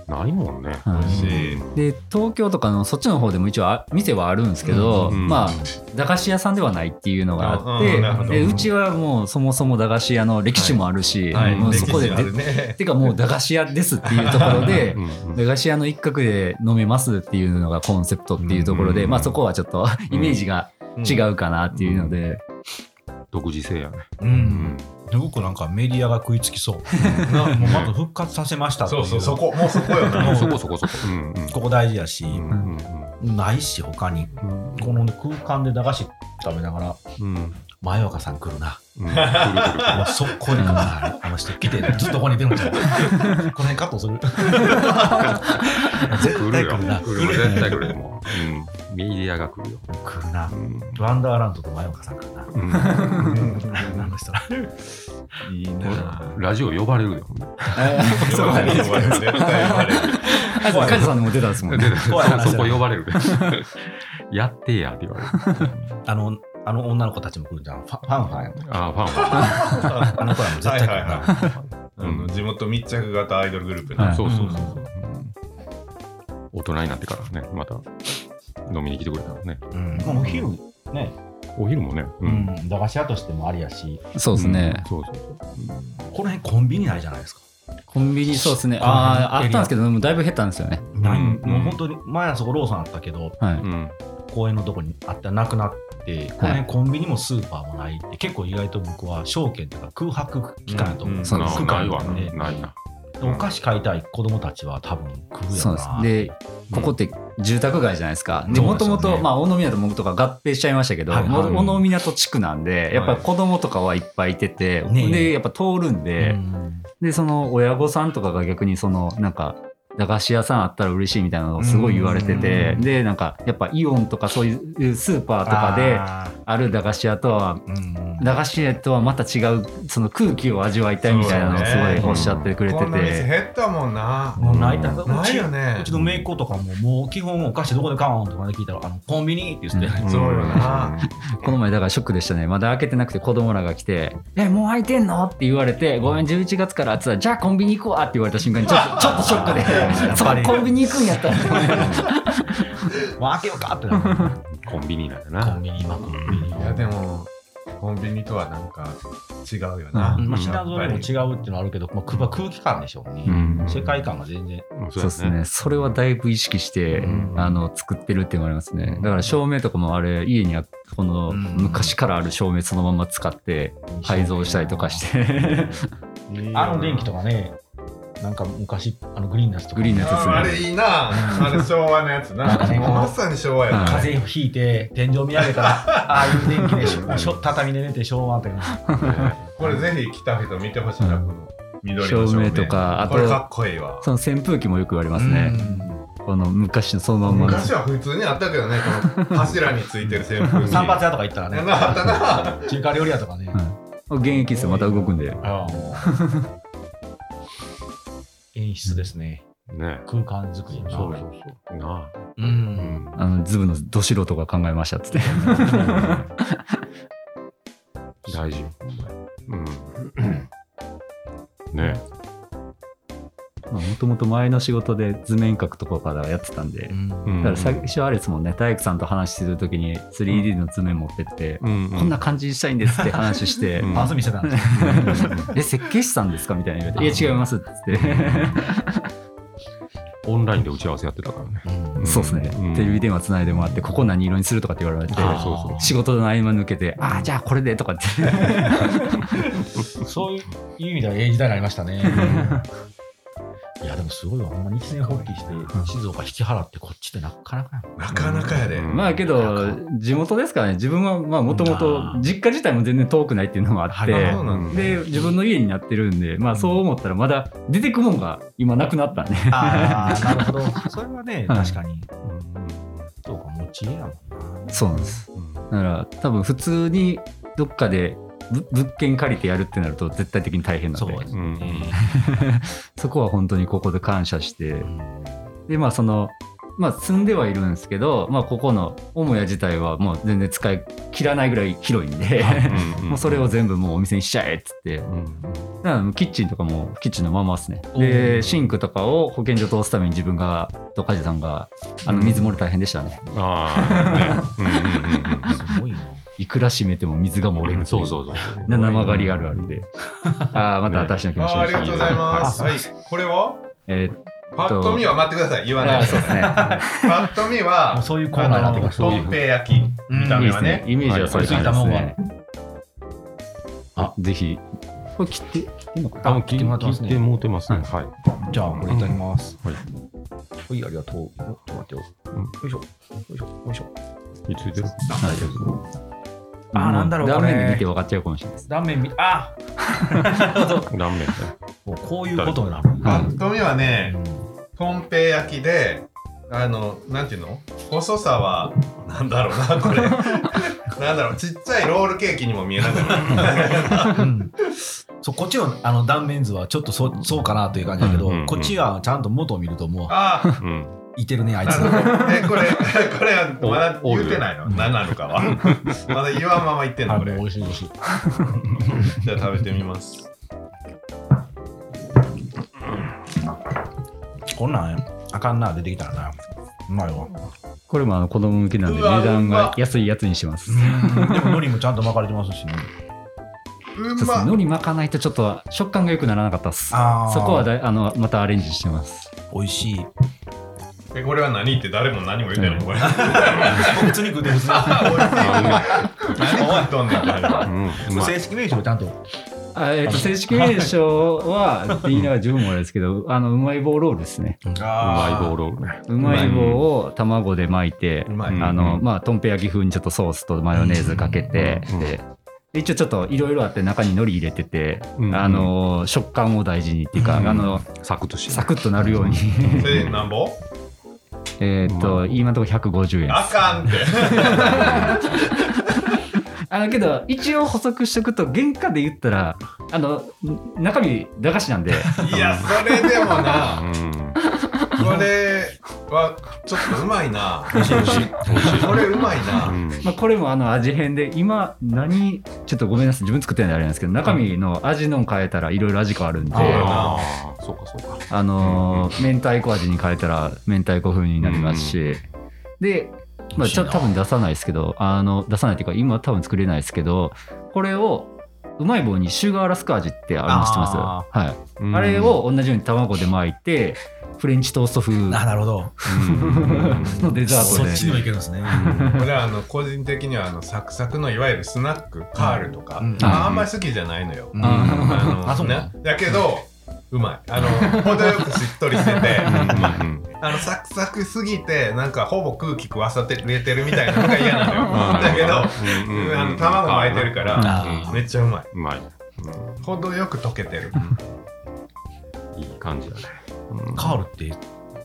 ないもんね。
い
美
は
味しい
い、で東京とかのそっちの方でも一応あ店はあるんですけど、
うん
まあ駄菓子屋さんではないっていうのがあっ
うんうん
て、
なるほど
でうちはもうそもそも駄菓子屋の歴史もあるし、
はい
もうそこで
歴史あるね
てかもう駄菓子屋ですっていうところで
う。ん
駄菓子屋の一角で飲めますっていうのがコンセプトっていうところで、
うん
まあそこはちょっとイメージが違
うん
うかなっていうので、
独自性やね。
うんすごくなんかメディアが食いつきそう。もうまず復活させましたってい
そうそうそこもうそこよな
も う
そこそこそこ。うんうん。
ここ大事やし、
うん
ないし他に
うん
この空間で駄菓子食べながら
うん。
前岡さん来るな
うん。
もう速攻で来るなあの人来てずっとここにいてるんちゃうこの辺カットする絶対来るな
来るよ絶対来るよもう。うん。メディアが来るよ。
来るな
うん
ワンダーランドと前岡さん来るな
うん
あの人ら
いいな
ラジオ呼ばれるよ。ほんで
呼ばれる呼ばれる絶対呼ばれる
あそう梶さんでも出たんですもんね。
で
怖い話だ
そこ呼ばれる。やってやって言われる。
あのあの女の子たちも来るじゃんファファンファンやん
あファンは。
あの子らも絶対来るな、
はいはいあの地元密着型アイドルグループ
は
ない
そうそうそうそう。大人になってからね、また飲みに来てくれたのね。
うん、まあお昼ね、
お昼もね。
う。ん、駄菓子屋としてもありやし
そうですね、
うんそうそうそう。
この辺コンビニないじゃないですか。
コンビニそうですね。ああーあったんですけど、でもだいぶ減ったんですよね。
ない、
うん
もう本当に前はそこローソンあったけど
はい。
うん。
公園のとこにあったらなくなってこの辺コンビニもスーパーもないって結構意外と僕は証券とか空白期間やと思う、
うん
そうです
な
区
ない
間
わ
なん
な。
で
ないな。
でお菓子買いたい子供たちは多分来るや
そう
ろ
です
な。
で、ここって住宅街じゃないですか。で、
そう
も
です
と
よね
もと、まあ、大野港とか合併しちゃいましたけど、
はいはい
もう大野港地区なんで、やっぱり子供とかはいっぱいいてて、
ねえ
で、やっぱ通るんで、
うん
で、その親御さんとかが逆に、その、なんか、駄菓子屋さんあったら嬉しいみたいなのをすごい言われてて、
うん
で、なんか、やっぱイオンとかそういうスーパーとかで
あ
ある駄菓子屋とは
ーうん
駄菓子屋とはまた違うその空気を味わいたいみたいなのをすごいおっしゃってくれて
こんな店
て、
減ったもんな。
もう泣いた。う
な
ち
いよね
うちの姪っ子とかも、もう基本お菓子どこで買うんとかで聞いたら、あの、コンビニって言って、
そうよな。
この前だからショックでしたねまだ開けてなくて子供らが来て「えもう開いてんの?」って言われて「ごめん11月から」っつったら「じゃあコンビニ行こうわ」って言われた瞬間にち ょっとちょっとショックで「そ
ぱり
こコンビニ行くんやったら」
もう開けようかってなる。
コンビニなんだ
コ
な
ン。ビニ、今コンビニ。
いや、でも、コンビニとはなんか違うよな。
まあ、品ぞれも違うっていうのはあるけど、まあ、空空気感でしょうね。
うん
世界観が全然。
もう
そうです。ね。それはだいぶ意識して、
うん
あの作ってるっていうのもありますね。だから照明とかもあれ家にはこの
うん
昔からある照明そのまま使って改造したりとかして、
あの電気とかね、なんか昔、あのグリーンナスとか、
グリーンのやつで
ああれいいな。あれ昭和のやつ な。もうまさに昭和やな。
風邪をひいて、天井見上げたら、ああいう電気でしょしょ、畳で寝て、昭和とか。
これぜひ来た人見てほしいな、この緑の
照
照明
明と。かあ
これかっ
と
こいいわ。
その扇風機もよく言われますね。この昔のそのまんま
昔は普通にあったけどね、この柱についてる扇風
うん
機。
散髪屋とか行ったら ね、
なあったな。
中華料理屋とかね。
の現役ですよまた動くんで。
あの演出ですね。
ね。
空間作り。
そうそうそう。なあ。
う。
うんん。
あのズブのど素人が考えましたっつって。
大事よ。ほんまにうん。ね
もともと前の仕事で図面描くとこからやってたんで。
うん
だから最初あれですもんね体育さんと話してる時に 3D の図面持ってって、
うんうん
こんな感じにしたいんですって話して
う、ん
パス見せたんですよ
え、設計士さんですかみたいな言われて、いや、違いますっつって、
オンラインで打ち合わせやってたからね。ん
そうですね、
うん
テレビ電話つないでもらって、ここ何色にするとかって言われて、
あーそうそう
仕事の合間抜けて、ああ、じゃあこれでとかって、
そういう意味ではええ時代になりましたね。いやでもすごいわ、ほんまに一年放棄して、静岡引き払ってこっちってなかなかやもん
なかなかやで。
うん
まあけど、地元ですからね、自分はもともと
あー
実家自体も全然遠くないっていうのもあっ
はい
て
そ。うなんだ。
で自分の家になってるんで、まあ、そう思ったらまだ出てくもんが今なくなったんで
ああ、なるほど。それはね、
はい
確かに。
う
そうか、持ち家やもんな。
そうなんです
んうん
だから多分普通にどっかでぶ物件借りてやるってなると絶対的に大変なん
そう
で
ですね。
そこは本当にここで感謝して
うん
でまあそのまあ住んではいるんですけど、まあ、ここの母屋自体はもう全然使い切らないぐらい広いんで
うん
もうそれを全部もうお店にしちゃえっつってだからもうキッチンとかもキッチンのままですね
おー
でシンクとかを保健所通すために自分がと梶さんがあの水漏れ大変でしたね
ああ、ねうんうん うんうん
すごいな。
いくら閉めても水が漏れるってい
そうそうそう。
七曲がりあるあるでああまた新しいの来
あ
まし
あ、
た
ありがとうございます。
は
はいい。これは
えー
パッと見は待ってください。言わないで。
そうですね。
パッと見は、
もうそういうコーナーになってきました
あのとんぺい焼き、見た
いい
目
で
は
すね
ね。。
イメージはそういう感じです
はい
ね。あ、ぜひ。これ切って、切ってんのか
あ、
あ
もう
切ってもらってます
聞いて
ね。
もうてますね。はい。
じゃあ、これいただきます。
はい。
ほい、ありがとう。おちょっと待ってよ。
うん
よいしょ。よいしょ。よいしょ。
いついてる
あーなんだろう
断
こ
面
れ
で見て分かっちゃうかもしれないです。
断面見、あ
断面ね。
もうこういうことなの。
パッと見はね、とんぺい焼きで、あの、なんていうの細さは、なんだろうな、これ。 なんだろう、ちっちゃいロールケーキにも見えなかっ
うんそうこっちのあの断面図はちょっとそそうかなという感じだけど、
うんうんうん
こっちはちゃんと元を見るともう
た。あ
うん。
いてるねあ
あ、
いつ
なるほど。え、これ、 これはまだ
お
言ってないの何なのかは。まだ言わんまま言ってん
あ
の、こ
の
れ
美。味しい美味しい
じゃあ食べてみます。
こんなんあかんな出てきたらなうまいわ
これもあの子供向けなんで、
うわ
値段
うま
が安いやつにします。
うんでも海苔もちゃんと巻かれてますしね
う
そうですね。
ま
海
っ
苔巻かないとちょっと食感が良くならなかったです。そ
あー
こはだいあのまたアレンジしてます。
美味しい
え、これは何って誰も何も言ってないの これ。
普通に食うて普通に
何食っとんねんってなる
うん。う
これ
まい。
正式名称もちゃんと
あえっと、正式名称は、って言いながら自分もあれですけど、 あの、うまい棒ロールですね。
うまい
あー
ボールをね。
うまい棒を卵で巻いて、
うまい。
うん
あの、まあ、とんぺ焼き風にちょっとソースとマヨネーズかけて、
うん
で一応ちょっといろいろあって中に海苔入れてて、
うん
あの食感を大事にっていうか、
うん
あの
サクッとして。
サクッとなるように
それなんぼ
えーっと、今のところ150円
あかんって。
あのけど一応補足しとくと原価で言ったらあのん中身駄菓子なんで
いやそれでもな
うん
これはちょっとうまいな
美味しい美味しい美味しい
これうまいな、
うん
まあこれもあの味変で今何ちょっとごめんなさい自分作ってないんであれなんですけど中身の味のを変えたらいろいろ味変わるんで
あ
あ
ーそうかそうか
のー明太子味に変えたら明太子風になりますしでまあちょっと多分出さないですけどあの出さないっていうか今は多分作れないですけどこれをうまい棒にシュガーラスク味ってあるの知ってます
あ
はいあれを同じように卵で巻いてフレンチトースト風
あ
の
なるほど。
デザート
そ
で
っちにもいけるんですね。
これはあの個人的にはあのサクサクのいわゆるスナックカールとか、
うん
ああんまり好きじゃないのよ、
うん
あ
あの
あそうな
ねだけどうまいあの程よくしっとりしててあのサクサクすぎてなんかほぼ空気食わさてれてるみたいなのが嫌なのよだけどあの卵巻いてるか
うん
ら
あ
めっちゃうまいう
まい
程よく溶けてる
うんいい感じだね
ーカールって、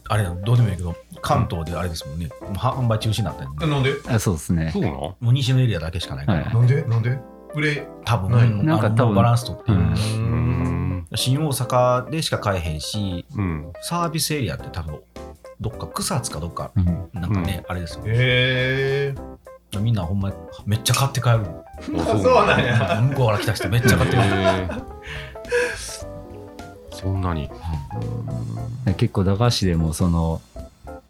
あれなのどうでもいいけど、関東であれですもんね。もう販売中止になったんで、
なんで
そうですね
そうなの
もう西のエリアだけしかないから、
は
なんでなんで売れ
多分、
ない
うん
なんか
あの
多分
バランス取って、
うん
う
うんん
新大阪でしか買えへんし、
うん
サービスエリアって多分、どっか草津かどっか、
うん
なんかね、あれですよ。
へえ
みんなほんま、めっちゃ買って帰る。
あ
そうなんや
向こうから来た人めっちゃ買って帰る。
へーそんなに
結構駄菓子でもその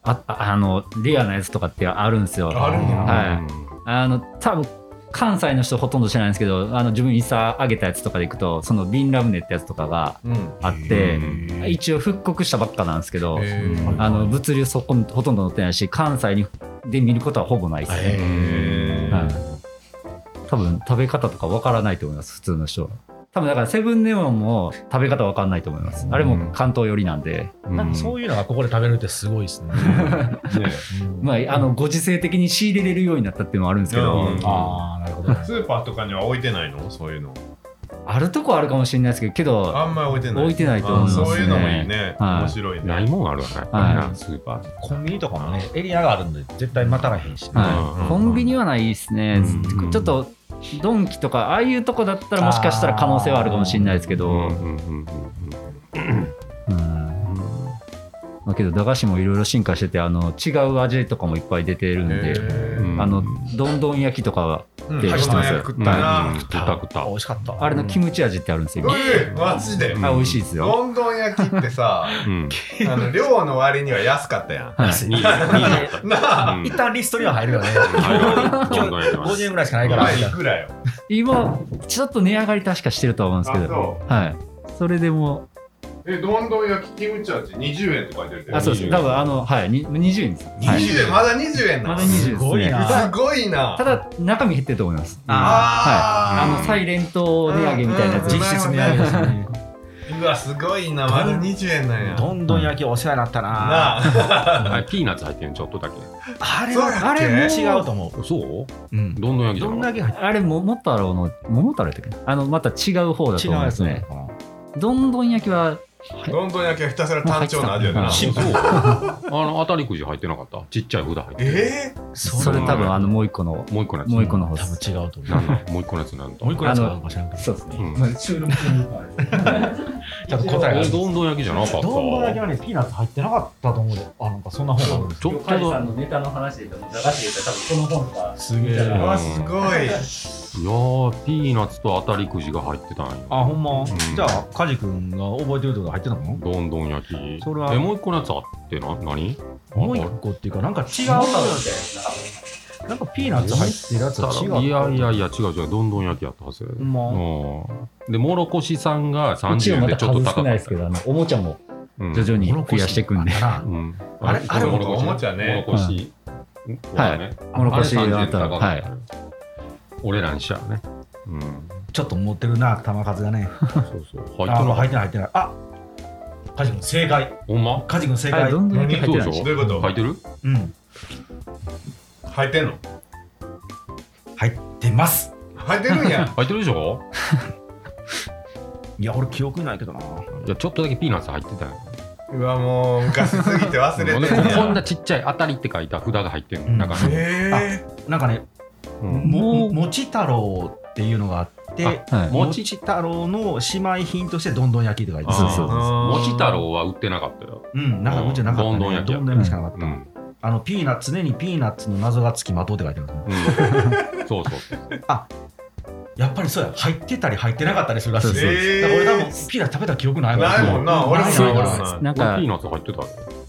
あああのレアなやつとかってあるんですよ
あるんや
はいあの多分関西の人ほとんど知らないんですけどあの自分インスタ上げたやつとかでいくとその瓶ラムネってやつとかが
うん
あって
うん
一応復刻したばっかなんですけど
へ
うん
あの物流そこにほとんど載ってないし関西にで見ることはほぼないですね、
え
はい多分食べ方とかわからないと思います普通の人は多分だからセブンネオンも食べ方わかんないと思いますあれも関東寄りなんで、
なんかそういうのがここで食べれるってすごいですね。
ね
まああのご時世的に仕入れれるようになったっていうのもあるんですけど、
うん
ああ、なるほど。
スーパーとかには置いてないのそういうの
あるとこあるかもしれないですけどけど
あんまり置いてない
置いてないと思いますね
あそういうのもいいね
はい
面白いね
ないもんあるわねやっぱりなスーパーで
コンビニとかもね、エリアがあるんで、絶対待たらへんし、ね。
はいコンビニはないですね、
うん
ちょっとドンキとかああいうとこだったらもしかしたら可能性はあるかもしれないですけ
う
ど、
んうんうん
うんまあ、けど駄菓子もいろいろ進化しててあの違う味とかもいっぱい出てるん
へ
で、
ー
うんうん
あのどんどん焼きとかは
うん
って知ってます
早く食った
うん
な
食った食った
美味しかった。
あれのキムチ味ってあるんですよ今
うんマジで
うん
あ美味しいですよ。
ロンドン焼きって さ
うん
あの量の割には安かったやん
はい、
いいね
なあ
うん
一旦リストには入るよね。
はいどんどん やってます
50円ぐらいしかないか
お
ら。
前いくらよ
今ちょっと値上がり確かしてるとは思うんですけ
あ
ど
そ
はいそれでも
うえロンドン焼きキムチ味20円って書いてるけど
あそうです多分あのはいに20円です、はい、
20円まだ20円な
ま
の
だ20
すごい
円ですね
な
すごいな
ただ中身減ってると思います
あ
あ
ー
のサイレント値上げみたいなやつ、
うん
実質値上げですね。
うわすごいなまだ20円なんや
どんどん焼きお世話になったな。
なあ
あれピーナッツ入ってるちょっとだけ
あれ
そう
は
や
あ
っけ
れも
違うと思
そう
う。うん。
どんどん焼きじゃ
ど
なんか
だ
っ
け入っ
あれ桃太郎の桃太郎やったっけあのまた違う方だ
て
と
違う
思うん
や
で
つ
す
なの
ね
かな。
どんどん焼きは
ロンドン焼きはひたすら単調な味やな
もう入
たそうあの当たりくじ入ってなかったちっちゃい札入ってる
え
それ多分あのもう一個の
もう一個のやつ
もう一個の方で
多
す
分違うと思
な
う。
んだもう一個のやつなんだ
もう一個のやつがあるかもしれんけど
そうですね
うん
収録中に
ちょっと答えが
え。どんどん焼きじゃなかった
どんどん焼きはね、ピーナッツ入ってなかったと思うで。あ、なんかそんな本があるんです
ちょっとだ
のネタの話で言ったら駄菓子で言ったら多分この本が
すげ
え
え。
わすごい
いやーピーナッツと当たりくじが入ってたんよ
あ、ほんま。
ん
じゃあ、カジ君が覚えてるとこ入ってたの
どんどん焼き
それは
えもう一個のやつあってな何
もう一個っていうか、なんか違う。なんかピーナッツ入ってるやつは違う。
いやいやいや違う違うどんどん焼きやったはず
ほんま。
うんでもろこしさんが
うちは
30円
ま
で
た
ちょっと
数
高か
少
った
ないですけどあのおもちゃも
うん
徐々に増やしていくんで、
うん
あれ
こ
あれも
もろこし
おもちゃね
もろこし
はい
ここだね
もろこし
あれ30円
あと
高
は
かったよ俺らにしちゃうねうん
ちょっと持ってるな、玉数がね。
そうそう 入って
あ、
な
入
い
ってない、入ってない。あカジ君正解。
ほんま
カジ君正
はい
解。
ど
うん
どん焼き入ってない
そうで
で
し
ど
ょ
ういうこと
入ってる
ん。
入ってんの
入ってます。
入ってるんや
入ってるでしょ
いや、俺記憶にないけどな。
いやちょっとだけピーナッツ入ってたよ
うわもう昔すぎて忘れて
うんんこん
や
なちっちゃい「当たり」って書いた札が入ってる
うん
の中に
へえ
なんかね、
うん
ももち太郎っていうのがあって、
あはい
もち太郎の姉妹品としてどんどん焼きとか言って
そう
た
そう
もち太郎は売ってなかったよ。
うん、なんかうちはなかった、ね。
どんどん焼きや
どんどん焼きしかなかっ
う
た。
ん。
あの、ピーナッツ、常にピーナッツの謎がつきまとうって書いてますね。
うんそうそうそう。
やっぱりそうや、入ってたり入ってなかったりするらしいです。
そ
だか
う
ら俺多分
え、
ピーナッツ食べた記憶ないもん。
ないもんな俺も
ない
そ
そうう
い
な
う
い
こ
も
と
ん
なな
ないい
ななん
これ
か
ピーナッツ入ってた。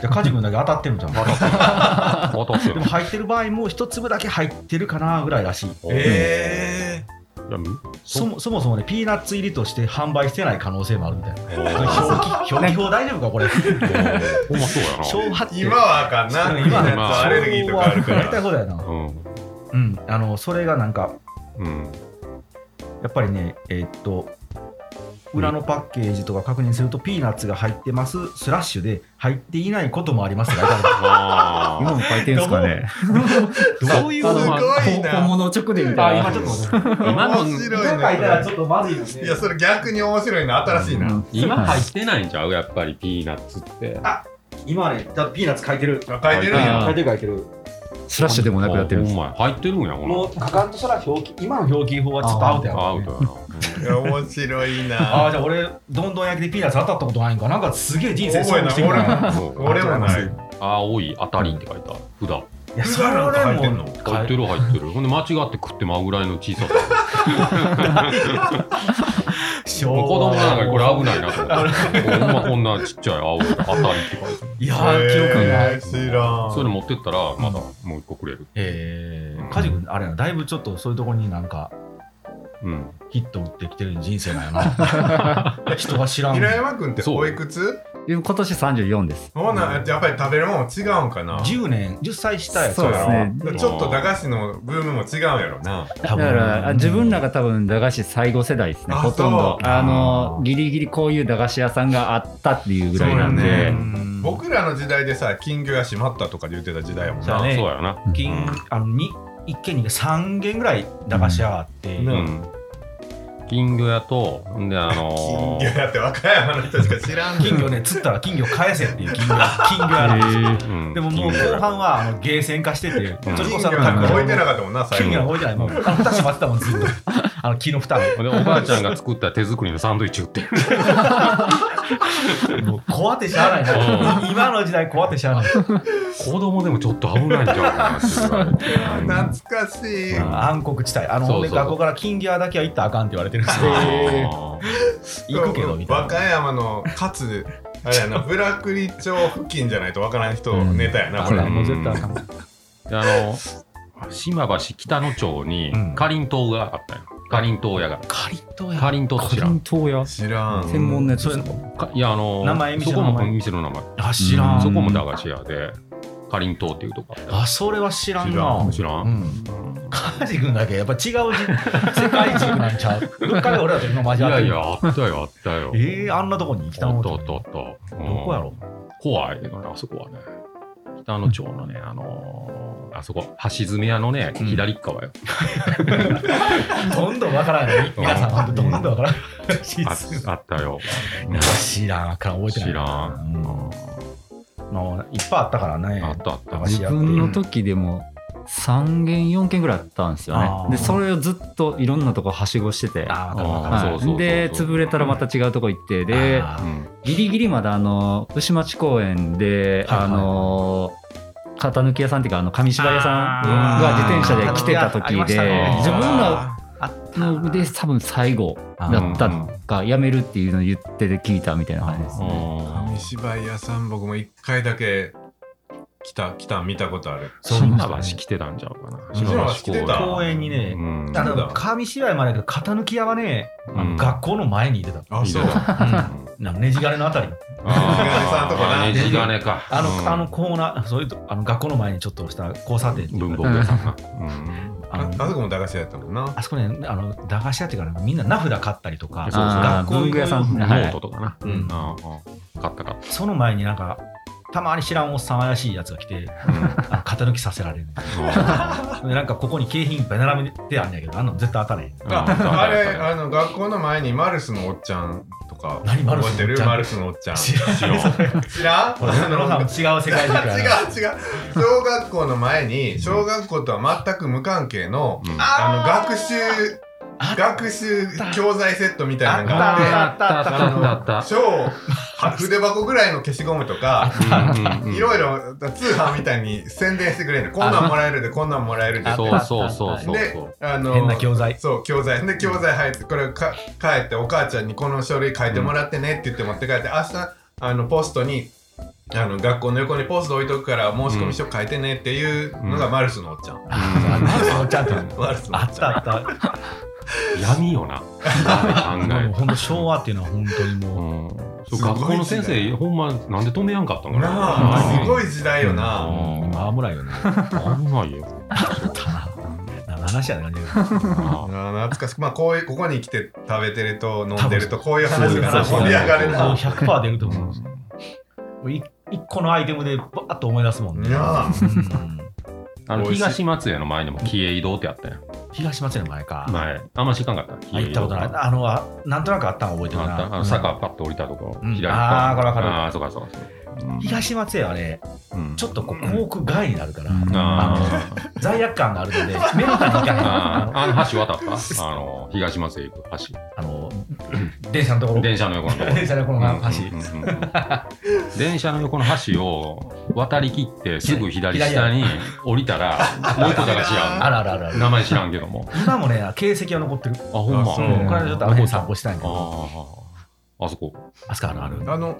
じゃあ、カジ君だけ当たってるじゃん。
当たってる
でも入ってる場合も一粒だけ入ってるかなぐらいらしい。
え
いやむ
そもそもそもね、ピーナッツ入りとして販売してない可能性もあるみたいな。
ー
表記、表記表大丈夫 か、これ。
ほんまそうやな。
昭和って。
今はあかんな今のやつ
は
アレルギーとかあるか
やりたい
ら
ことやな。
うん。
うん、あの、それがなんか、
うん。
やっぱりね、えーっと、裏のパッケージとか確認すると、ピーナッツが入ってます、スラッシュで入っていないこともありますが、
あ
今も書いてるんですかね。
そういう
すごい
本
な
物直でみ
あ
たいな。
今ちょっとね、
ー今の
面白
書い
い
たらち
ね
ょっとまずいよね。
いやそれ逆に面白いな新しいな
うん
今入ってないんちゃうやっぱりピーナッツって。
今ね、ちゃんとピーナッツ書いてる。
書いてるんや
あ
書いてる書いてる。
スラッシュでもなくなってるんで
ほ
す
んまや入ってるんや、ほ
もう、
な。
書かんとしたら表記、今の表記法はちょっとアウトや
あアウ
ね
ト。やな。
いや面白い
ああ、
な
じゃあ俺、どんどん焼きでピーナッツ当たったことないんか。なんかすげえ人生
覚え
損
な
してる
俺
な。
も
そう
俺もない
青い当たりって書いた札
いや、それも
書いてんの
入ってる入ってるほんで間違って食ってまうぐらいの小ささ
子
もう子供の中にこれ危ないなと思ってほんまこんなちっちゃい青い当たりって書いて
いやー、記憶ない。
えー知らん
それ持ってったらまだもう一個くれる
えー、カジ君、あれやな、だいぶちょっとそういうところになんか、
うん
ヒット打ってきてる人生なんや な。人が知らん。
平山君っておいくつ
今年34です。
ほなやっぱり食べるもん違うんかな
10年、10歳下や
そうですね
だからちょっと駄菓子のブームも違うやろな
多
だ
分
からあ自分らが多分駄菓子最後世代ですね
あ
ほとんど
そう
あの
あー
ギリギリこういう駄菓子屋さんがあったっていうぐらいなん
そうや
で
ね僕らの時代でさ金魚屋閉まったとかで言ってた時代やもん
そう
な
やね
そうやな
金あのに一軒に3軒ぐらい駄菓子屋があって、
うん
うん金魚屋とほんであ
金
の
魚屋って和歌山の人しか知らんねん
金魚ね釣ったら金魚返せっていう金魚屋金魚屋なんですよ
うん
でももう
金魚
後
屋
半はあのゲーセン化してて、
うん
それ
金
こ
魚
そあの
なんか置いてな
の
かったもんな最
金魚は
後
置いてないもうあの蓋閉まってたもんずっとあの木の蓋を
ほんでおばあちゃんが作った手作りのサンドイッチ売ってる
もう怖ってしゃあないな今の時代怖ってしゃあない
子供でもちょっと危ないんちゃうかなっていうぐらい
懐かしい
うん
暗黒地帯あの
そうそ
ほ
う
んで学校から金魚屋だけは行ったらあかんって言われてるんですよ
へ
あー
行くけどみたい
和
な
歌山のかつあれ やなブラクリ町付近じゃないとわからん人ネタやなこ
あ
れ
かんもう絶対あかん
であの島橋北野町に
うん
かりんとうがあったよかりんとう屋が
カリッとや
かりんとうって知らん
当や
知らん
専門のや
そ
つ
れ
かいやあの
名前
そこも
店
店の名前
あ知らん
そこも駄菓子屋でかりんとうっていうとこあった
あそれは知らんな
知ら
うんんカジ君だけやっぱ違うじ世界軸なんちゃうどっかで俺らと今
い
交わって
や
る
いやあったよあったよ
えー、あんなとこに行きた
あ
も
っ
ん
たあ
ど
ったあったうん
こやろ
怖いよねあそこはね北野町のねあのーあそこ橋爪屋のね
うん
左っ側よ、
どんどん わからない皆さんほんとどんどんわからないシ
あ
ス
あったよ、うん
知らんあかん覚えてない
知らん、
うん
うん
もういっぱいあったからね
あったあった
駄菓
自
子屋って
分の時でも3軒4軒ぐらいあったんですよ
あー
ねでそれをずっといろんなとこはしごしてて
あわかるわかる
あーそうそうそう
はいで潰れたらまた違うとこ行ってで
あー
うん
ギリギリまだあの牛町公園で、
はいはい
あの型抜き屋さんっていうかあの紙芝居屋さん
あ
が
ー
自転車で来てた
あり
時
ました
で
ね
自分ら
あった
ので多分最後だったか辞めるっていうのを言ってて聞いたみたいな感じですね。
紙芝居屋さん僕も一回だけ来た来た見たことある
そうなん
新
ですよね
橋来てたんちゃうかな。
島橋来てた
公園にね
うん
あ
そうだ
の紙芝居までやけど型抜き屋はね、あ
う
の
ん
学校の前にいてた、
あそう
見てた
なねじ金のあたり
あーネジ金さんとこな
ネジ金か。
あの,、
うん
あのコーナーそういうとあの学校の前にちょっとした交差点っていうか
文房具屋さんが。
あ
ああ
の
そこも駄菓子屋やったもんな
あそこねあの駄菓子屋っていうかねみんな名札買ったりとか
そうそう
学校
文具屋さん
うんノ
はい
ートとかな。
うん
あーあー買った買っ
その前になんかたまに知らんおっさん怪しいやつが来て、あの肩抜きさせられる。 でなんかここに景品いっぱい並べてあんねやけど、あんなの絶対当たれへん。
ああれあの学校の前にマルスのおっちゃんとか
何マルス
覚え
のおっちゃん
てるマルスのおっちゃん
知らん。
知らん
これ、ロロさんも違う世界
違
で。
う違う小学校の前に小学校とは全く無関係の、
うん
あの学習学習教材セットみたいなのがあって超は筆箱ぐらいの消しゴムとかいろいろ通販みたいに宣伝してくれるのこんなんもらえるでこんなんもらえるで
そうそうそうそう。
であの
変な教材。
そう教材で教材入ってこれか帰ってお母ちゃんにこの書類書いてもらってねって言って持って帰って明日あのポストにあの学校の横にポスト置いとくから申し込み書書いてねっていうのがマルスのおっちゃん、
あちゃんと。
マルスのお
あ
っ
っ
ちゃん
たあった。
闇よな。
もう
考
ほんと昭和っていうのは本当に
え。
もう。
そう学校の先生、ほんま、なんで止めやんかったんか
なあすご
い。
い時代よ
う
な、
ん
今はもらうよ ね。
危ないよ。
な話やな感じ。
ああ懐かしくまあこういうここに来て食べてると飲んでるとこういう話
そう
が
そう
な
そう
盛り上がる
もう
な
100%出ると思うんですよ。もうい一個のアイテムでバーッと思い出すもんね。
なあ
うん
あの東松屋の前にも、紀伊移動ってあったやん。
東松屋の前か。
前、あんましかんかった。
あ行ったことない。あの、あなんとなくあったの覚えてる
あったあ
な。う
の
ん
坂パッと降りたところ、
うん
左側
あーこれわかる
ああそうかそうかそうか、うん
東松屋はね、
うん
ちょっとこう、航空外になるから、
うん
あー
罪悪感があるの で、メロンに行かない
あー
あ
あの橋渡った あの東松江行く
の、電車のとこ
橋
ろ。
電車の横のところ
電車のこの橋。
うんうんうんうん電車の横の橋を渡り切ってすぐ左下に降り たらもう一個だ
あ
が
らあらあらあ
違う
ら。
名前知らんけども
今もね、形跡は残ってる。
あほんま
あ
う
そ
ん
う
この間ちょっとあの辺散歩したんやけど、
あーあそこ
あそこあのある。
あの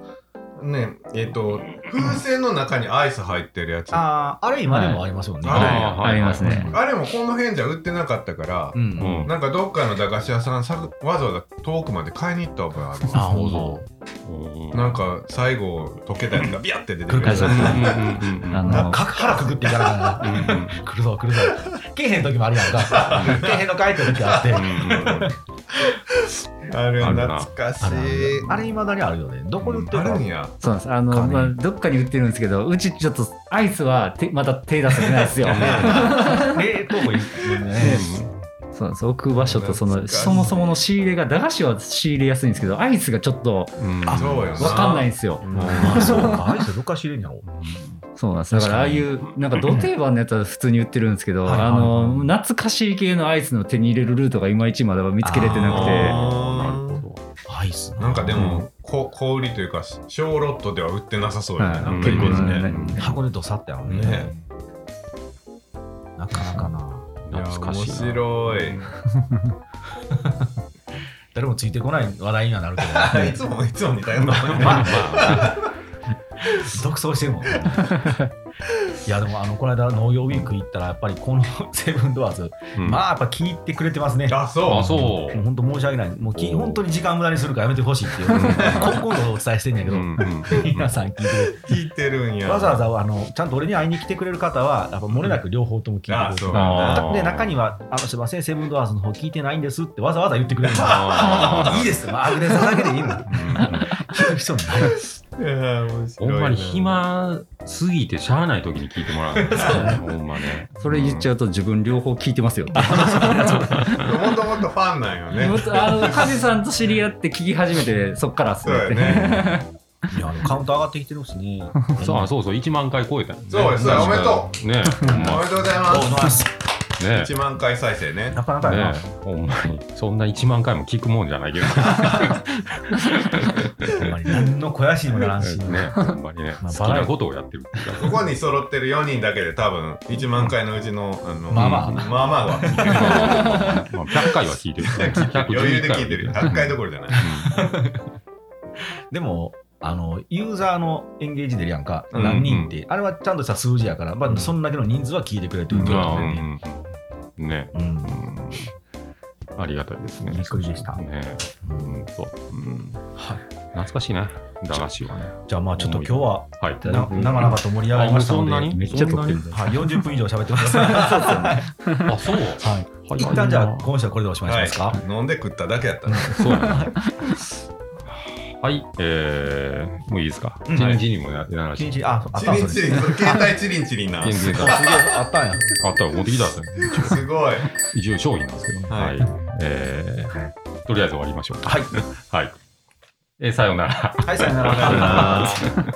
ねえっ、と風船の中にアイス入ってるやつあ
ああ、あれ今でもありますもんね。
はい
あーはい
ありますね
れもこの辺じゃ売ってなかったから
う、ん
う。ん
なんかどっかの駄菓子屋さんさわざわざ遠くまで買いに行った覚えある
あ、ほ
そ
ん
う
と
そ。うんうん
なんか最後溶けたやつがビャって出てくる
空間じゃ
うんうんうんうん
あの
か腹くぐっていかな
う
か
んうん
ら、来るぞ来るぞ。けえへん時もあるやん か。けえへんのかいって時あって。
あれ
あるな
懐かしい
あれあれ未だにあるよね。どこで売って
あ
るの
るんや
そうなんです。あの、
金
まあ、どっかに売ってるんですけど、うちちょっとアイスは手また手出せてないですよ。
冷凍庫いいよね。
う
そうなんです。置く場所とそ
懐
の、
かしい
そもそもの仕入れが、駄菓子は仕入れやすいんですけど、アイスがちょっと
ん
あそうよ
わかんないんですよ。
まあそうか、アイスどっか知れんやろ。
そうなんです。だからああいう、なんかド定番のやつは普通に売ってるんですけど、
はいはい
あの、懐かしい系のアイスの手に入れるルートがいまいちまだ見つけれてなくて、
あー
アイス
なんかで
う
もこ小売りというか小ロットでは売ってなさそうやね
はい
なんかイメージね
うん
箱でどさってあるね
ね。
なかなかな。
いや
懐かしい
面白い
誰もついてこない話題にはなるけ ど
いつもいつも似たような
まあまあ、
独走してるもんいやでもあのこの間農業ウィーク行ったらやっぱりこの セブンドアーズ、まあやっぱ聞いてくれてますね
あそう
あそう
もう本当申し訳ないもうき
おー
本当に時間無駄にするからやめてほしいっていう今度お伝えしてんやけど、皆さん聞いてく
聞いてるん
れ
や
わざわざあのちゃんと俺に会いに来てくれる方はやっぱ漏れなく両方とも聞いてくれ
あ
る
そう
あー
で中には「あのすいませんセブンドアーズの方聞いてないんです」ってわざわざ言ってくれるんだ
あ
いいですまあアグレッサーだけでいいの聞く必要ない
いや面白い
ほん
な
まに暇すぎてしゃあない時に聞いてもらうほんまね
それ言っちゃうと自分両方聞いてますよ。
もともとファンなんよ
もっ
ね
と あの、カジさんと知り合って聞き始めて、そっからっす
そうや
ね。
ね
いやあのカウント上がってきてるんですね
そうそうそう1万回超えたうね
おめでとうございま
うね
す1万回再生ね
なかなかやな、
ほんまにそんな1万回も聞くもんじゃないけど
ほんまに何の肥やしにもならんし、
ねほんまにね好きなことをやってる
ここに揃ってる4人だけで多分1万回のうちのあの
まあまあ
まあまあは聞いてる
100回は聞いてる
余裕で聞いてるよ100回どころじゃない
でもあのユーザーのエンゲージ出るやんか、
うん
何人ってあれはちゃんとした数字やから、まあ、そんだけの人数は聞いてくれてるってことだよね、
うんね、
うん
うん、ありがたいですね。
びっくりでした
ね、うんと、うん、
はい
懐かしいね、駄菓子はね。
じゃあまあちょっと今日は
はい。
な長々と盛り上がりましたので
あもうそんなに
めっちゃ撮ってる。
はい、40分以上喋って ます、は
あ、そう。
い、一旦じゃあ今週はこれでおしまいしますか、
はい、飲んで食っただけやったな
そうやな。はい、えー、もういいですか。
うん
チリンチリンもやらな
チリ
しい
ンチリン、あ、あっ
チ
たん
リン
そ
チ
れ。
リン、それ携帯チリンチリンな。
チリ ン
す
チリンか
あすげえ、あったんや。
あったら持ってきたんですよ。
ごい。
一応商品なんですけどね。
は
はいい。えー、 とりあえず終わりましょう。
はい。
はい。えー、さようなら。
はい、さよな
あ
ら。
ら